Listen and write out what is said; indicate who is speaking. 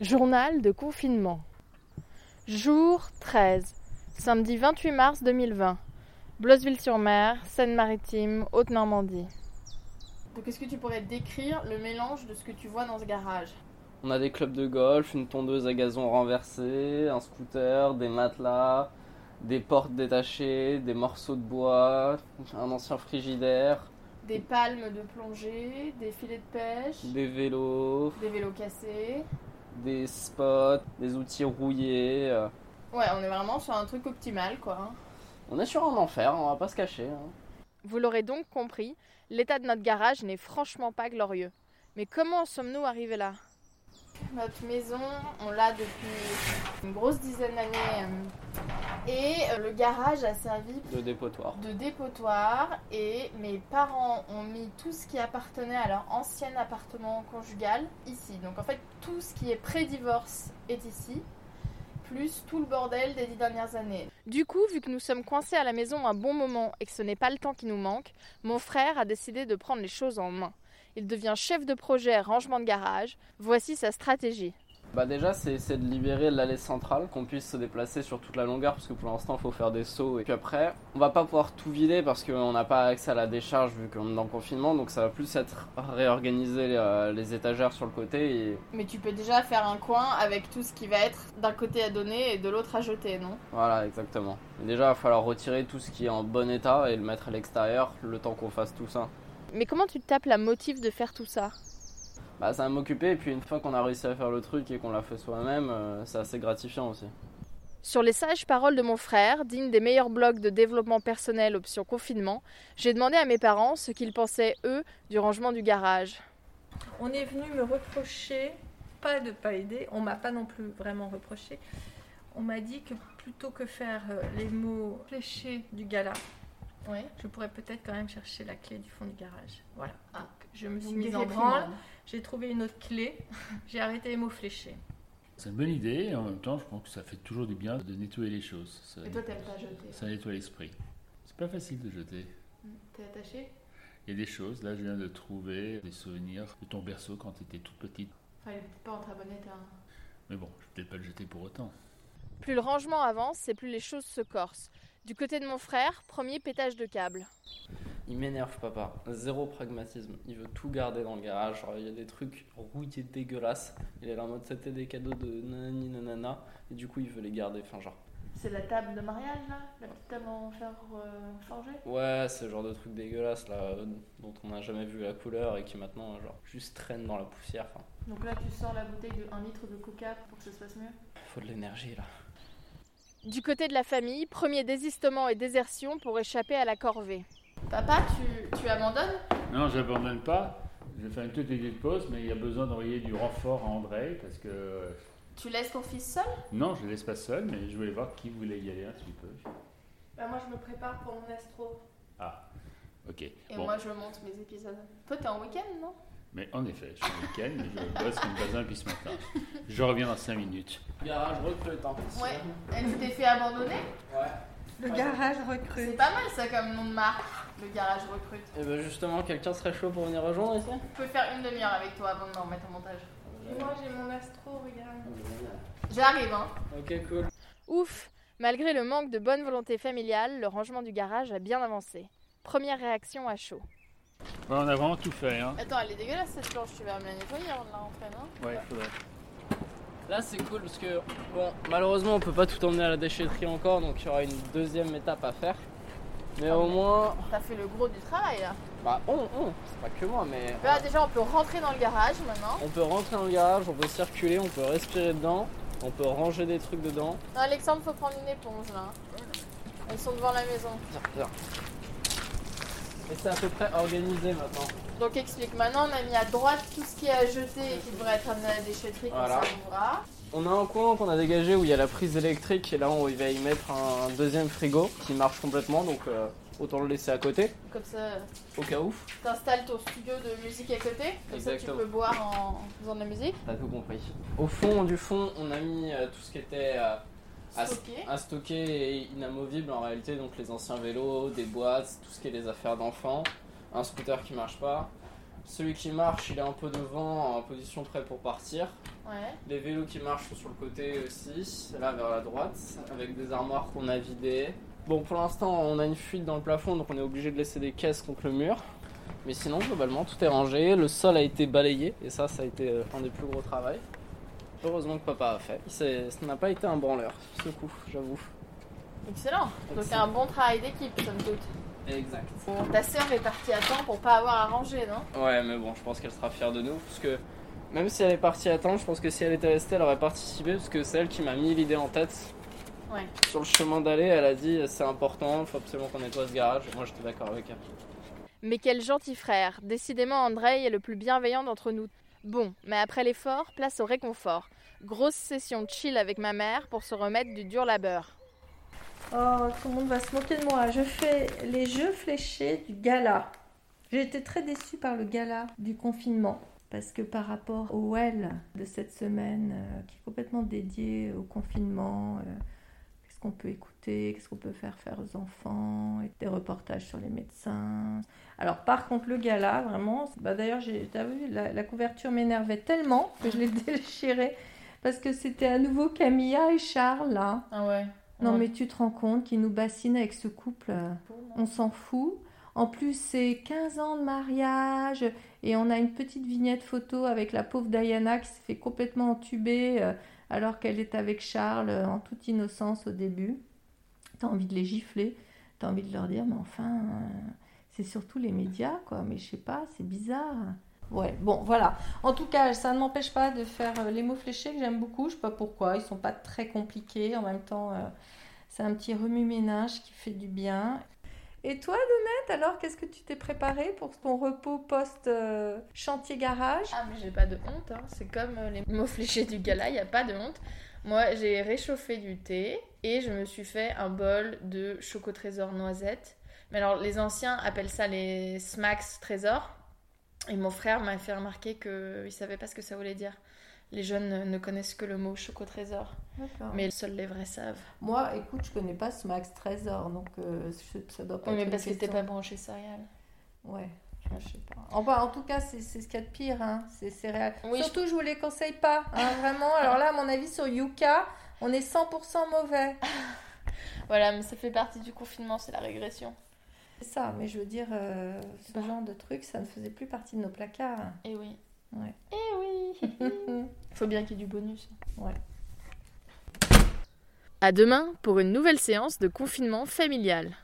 Speaker 1: Journal de confinement. Jour 13, samedi 28 mars 2020. Bloisville-sur-Mer, Seine-Maritime, Haute-Normandie. Donc est-ce que tu pourrais décrire le mélange de ce que tu vois dans ce garage
Speaker 2: On a des clubs de golf, une tondeuse à gazon renversée, un scooter, des matelas, des portes détachées, des morceaux de bois, un ancien frigidaire,
Speaker 1: Des palmes de plongée, des filets de pêche,
Speaker 2: des vélos,
Speaker 1: des vélos cassés.
Speaker 2: des spots, des outils rouillés. euh.
Speaker 1: Ouais, on est vraiment sur un truc optimal quoi. hein.
Speaker 2: On est sur un enfer, on va pas se cacher. hein.
Speaker 1: Vous l'aurez donc compris, l'état de notre garage n'est franchement pas glorieux. Mais comment en sommes-nous arrivés là Notre maison, on l'a depuis une grosse dizaine d'années. euh, Et euh, le garage a servi
Speaker 2: De dépotoir.
Speaker 1: de dépotoir. Et mes parents ont mis tout ce qui appartenait à leur ancien appartement conjugal ici. Donc en fait, tout ce qui est pré-divorce est ici. Plus tout le bordel des dix dernières années. Du coup, vu que nous sommes coincés à la maison un bon moment et que ce n'est pas le temps qui nous manque, mon frère a décidé de prendre les choses en main. Il devient chef de projet rangement de garage. Voici sa stratégie.
Speaker 2: Bah déjà c'est c'est de libérer l'allée centrale, qu'on puisse se déplacer sur toute la longueur parce que pour l'instant il faut faire des sauts et puis après on va pas pouvoir tout vider parce qu'on n'a pas accès à la décharge vu qu'on est en confinement donc ça va plus être réorganiser euh, les étagères sur le côté et
Speaker 1: Mais tu peux déjà faire un coin avec tout ce qui va être d'un côté à donner et de l'autre à jeter, non
Speaker 2: voilà exactement. Et déjà il va falloir retirer tout ce qui est en bon état et le mettre à l'extérieur le temps qu'on fasse tout ça.
Speaker 1: Mais comment tu te tapes la motive de faire tout ça
Speaker 2: Bah ça va m'occuper et puis une fois qu'on a réussi à faire le truc et qu'on l'a fait soi-même euh, c'est assez gratifiant aussi.
Speaker 1: Sur les sages paroles de mon frère, digne des meilleurs blogs de développement personnel option confinement, j'ai demandé à mes parents ce qu'ils pensaient, eux, du rangement du garage.
Speaker 3: On est venu me reprocher, pas de pas aider, on m'a pas non plus vraiment reproché. On m'a dit que plutôt que faire euh, les mots fléchés du gala,
Speaker 1: Oui.
Speaker 3: je pourrais peut-être quand même chercher la clé du fond du garage. Voilà.
Speaker 1: Ah.
Speaker 3: Donc, je me suis
Speaker 1: Vous
Speaker 3: mise en branle,
Speaker 1: branle.
Speaker 3: j'ai trouvé une autre clé, j'ai arrêté les mots fléchés.
Speaker 4: C'est une bonne idée, et en même temps, je pense que ça fait toujours du bien de nettoyer les choses. Ça,
Speaker 1: Et toi, t'aimes pas jeter.
Speaker 4: ça nettoie l'esprit. C'est pas facile de jeter.
Speaker 1: T'es attaché
Speaker 4: Il y a des choses, là, je viens de trouver des souvenirs de ton berceau quand tu étais toute petite.
Speaker 1: Enfin, il est peut-être pas en très bon état.
Speaker 4: Mais bon, je vais peut-être pas le jeter pour autant.
Speaker 1: Plus le rangement avance et plus les choses se corsent. Du côté de mon frère, premier pétage de câble.
Speaker 2: Il m'énerve, papa. Zéro pragmatisme. Il veut tout garder dans le garage. Genre, il y a des trucs rouillés dégueulasses. Il est là en mode c'était des cadeaux de nanani nanana. Et du coup, il veut les garder. Enfin, genre.
Speaker 1: C'est la table de mariage, là La petite table en fer euh, forgé
Speaker 2: Ouais, ce genre de trucs dégueulasses là, euh, dont on n'a jamais vu la couleur et qui maintenant, euh, genre, juste traîne dans la poussière. Enfin,
Speaker 1: Donc là, tu sors la bouteille de 1 litre de coca pour que ça se passe mieux
Speaker 2: faut de l'énergie là.
Speaker 1: Du côté de la famille, premier désistement et désertion pour échapper à la corvée. Papa, tu, tu abandonnes
Speaker 4: Non, j'abandonne pas. Je vais faire une toute petite pause, mais il y a besoin d'envoyer du renfort à André parce que. euh,
Speaker 1: Tu laisses ton fils seul
Speaker 4: Non, je ne laisse pas seul, mais je voulais voir qui voulait y aller un petit peu.
Speaker 3: moi je me prépare pour mon astro.
Speaker 4: Ah, ok.
Speaker 1: Et
Speaker 4: Bon,
Speaker 1: moi, je monte mes épisodes. Toi, t'es en week-end, non
Speaker 4: Mais en effet, je suis en week-end, mais je bosse comme bazin depuis ce matin. Je reviens dans 5 minutes.
Speaker 2: Garage recrute, hein.
Speaker 1: Ouais. Elle t'est fait abandonner
Speaker 2: Ouais.
Speaker 3: Le
Speaker 2: Ouais.
Speaker 3: garage
Speaker 1: C'est
Speaker 3: recrute.
Speaker 1: pas mal, ça, comme nom de marque, le garage recrute.
Speaker 2: Et ben justement, quelqu'un serait chaud pour venir rejoindre ici
Speaker 1: Je peux faire une demi-heure avec toi avant de m'en remettre en montage.
Speaker 3: Moi j'ai mon astro, regarde.
Speaker 1: J'arrive, hein
Speaker 2: Ok, cool.
Speaker 1: Ouf Malgré le manque de bonne volonté familiale, le rangement du garage a bien avancé. Première réaction à chaud.
Speaker 4: Ouais, on a vraiment tout fait, hein.
Speaker 1: Attends, elle est dégueulasse cette planche, tu vas me la nettoyer avant de la rentrer, non
Speaker 4: Ouais, faudrait.
Speaker 2: Là, c'est cool parce que, bon, malheureusement, on peut pas tout emmener à la déchetterie encore, donc il y aura une deuxième étape à faire. Mais au moins,
Speaker 1: T'as fait le gros du travail là.
Speaker 2: Bah on, on, c'est pas que moi, mais
Speaker 1: Là déjà on peut rentrer dans le garage maintenant.
Speaker 2: on peut rentrer dans le garage, on peut circuler, on peut respirer dedans, on peut ranger des trucs dedans.
Speaker 1: Non, Alexandre faut prendre une éponge là. Elles sont devant la maison.
Speaker 2: Tiens, tiens. Et c'est à peu près organisé maintenant.
Speaker 1: Donc explique, maintenant on a mis à droite tout ce qui est à jeter et qui devrait être amené à la déchetterie quand ça
Speaker 2: Voilà.
Speaker 1: ouvrira.
Speaker 2: On a un coin qu'on a dégagé où il y a la prise électrique et là on va y mettre un deuxième frigo qui marche complètement donc euh, autant le laisser à côté
Speaker 1: Comme ça
Speaker 2: au cas où.
Speaker 1: t'installes ton studio de musique à côté. Comme ça
Speaker 2: Exactement.
Speaker 1: tu peux boire en faisant de la musique.
Speaker 2: T'as tout compris. Au fond du fond on a mis euh, tout ce qui était euh, Ah, c'est-
Speaker 1: Stocker.
Speaker 2: à stocker et inamovible en réalité, donc les anciens vélos, des boîtes, tout ce qui est les affaires d'enfants, un scooter qui marche pas, Celui qui marche, il est un peu devant, en position prêt pour partir.
Speaker 1: Ouais.
Speaker 2: Les vélos qui marchent sont sur le côté aussi, là vers la droite, avec des armoires qu'on a vidées. Bon, pour l'instant, on a une fuite dans le plafond, donc on est obligé de laisser des caisses contre le mur. Mais sinon, globalement, tout est rangé. Le sol a été balayé, et ça, ça a été euh, un des plus gros travaux. Heureusement que papa a fait. C'est- Ça n'a pas été un branleur, ce coup, j'avoue.
Speaker 1: Excellent. Donc c'est
Speaker 2: Excellent.
Speaker 1: un bon travail d'équipe, somme toute.
Speaker 2: Exact.
Speaker 1: Bon, ta sœur est partie à temps pour pas avoir à ranger, non
Speaker 2: Ouais, mais bon, je pense qu'elle sera fière de nous, parce que même si elle est partie à temps, je pense que si elle était restée, elle aurait participé, parce que c'est elle qui m'a mis l'idée en tête.
Speaker 1: Ouais.
Speaker 2: Sur le chemin d'aller, elle a dit c'est important, faut absolument qu'on nettoie ce garage. Moi, j'étais d'accord avec elle.
Speaker 1: Mais quel gentil frère Décidément, Andrei est le plus bienveillant d'entre nous. Bon, mais après l'effort, place au réconfort. Grosse session chill avec ma mère pour se remettre du dur labeur.
Speaker 3: Oh, tout le monde va se moquer de moi. Je fais les jeux fléchés du gala. J'ai été très déçue par le gala du confinement. Parce que par rapport au Well de cette semaine, euh, qui est complètement dédié au confinement, euh, qu'est-ce qu'on peut écouter, qu'est-ce qu'on peut faire faire aux enfants, et des reportages sur les médecins. Alors par contre le gala, vraiment, c'est- bah, d'ailleurs j'ai t'as vu, la, la couverture m'énervait tellement que je l'ai déchirée, parce que c'était à nouveau Camilla et Charles hein. là.
Speaker 1: Ah ouais
Speaker 3: Non, mais tu te rends compte qu'ils nous bassinent avec ce couple. euh, On s'en fout. En plus, c'est 15 ans de mariage et on a une petite vignette photo avec la pauvre Diana qui s'est fait complètement entuber euh, alors qu'elle est avec Charles euh, en toute innocence au début. T'as envie de les gifler, t'as envie de leur dire, mais enfin, euh, c'est surtout les médias, quoi. Mais je sais pas, c'est bizarre. Ouais, bon, voilà. En tout cas, ça ne m'empêche pas de faire euh, les mots fléchés que j'aime beaucoup. Je sais pas pourquoi, ils sont pas très compliqués. En même temps, euh, c'est un petit remue-ménage qui fait du bien. Et toi, Donette, alors, qu'est-ce que tu t'es préparé pour ton repos euh, post-chantier-garage
Speaker 1: Ah, mais j'ai pas de honte, hein. c'est comme euh, les mots fléchés du gala, y a pas de honte. Moi, j'ai réchauffé du thé et je me suis fait un bol de choco trésor noisette. Mais alors, les anciens appellent ça les smacks trésor. Et mon frère m'a fait remarquer qu'il savait pas ce que ça voulait dire. Les jeunes ne connaissent que le mot choco trésor, mais seuls les vrais savent.
Speaker 3: Moi, écoute, je connais pas ce Max Trésor, donc euh, je- ça doit pas
Speaker 1: Oui,
Speaker 3: être
Speaker 1: mais
Speaker 3: une
Speaker 1: parce que t'es
Speaker 3: question.
Speaker 1: pas branché céréales.
Speaker 3: Ouais, enfin, je sais pas. Enfin, en tout cas, c'est c'est ce qu'il y a de pire, hein. c'est céréales.
Speaker 1: Oui, je-
Speaker 3: Surtout, je... vous les conseille pas, hein, vraiment. Alors là, à mon avis, sur Yuka, on est 100% mauvais.
Speaker 1: Voilà, mais ça fait partie du confinement, c'est la régression.
Speaker 3: C'est ça, mais je veux dire, euh, ce
Speaker 1: Bah.
Speaker 3: genre de truc, ça ne faisait plus partie de nos placards.
Speaker 1: Et Eh oui.
Speaker 3: Ouais.
Speaker 1: Et oui. Faut bien qu'il y ait du bonus.
Speaker 3: Ouais.
Speaker 1: À demain pour une nouvelle séance de confinement familial.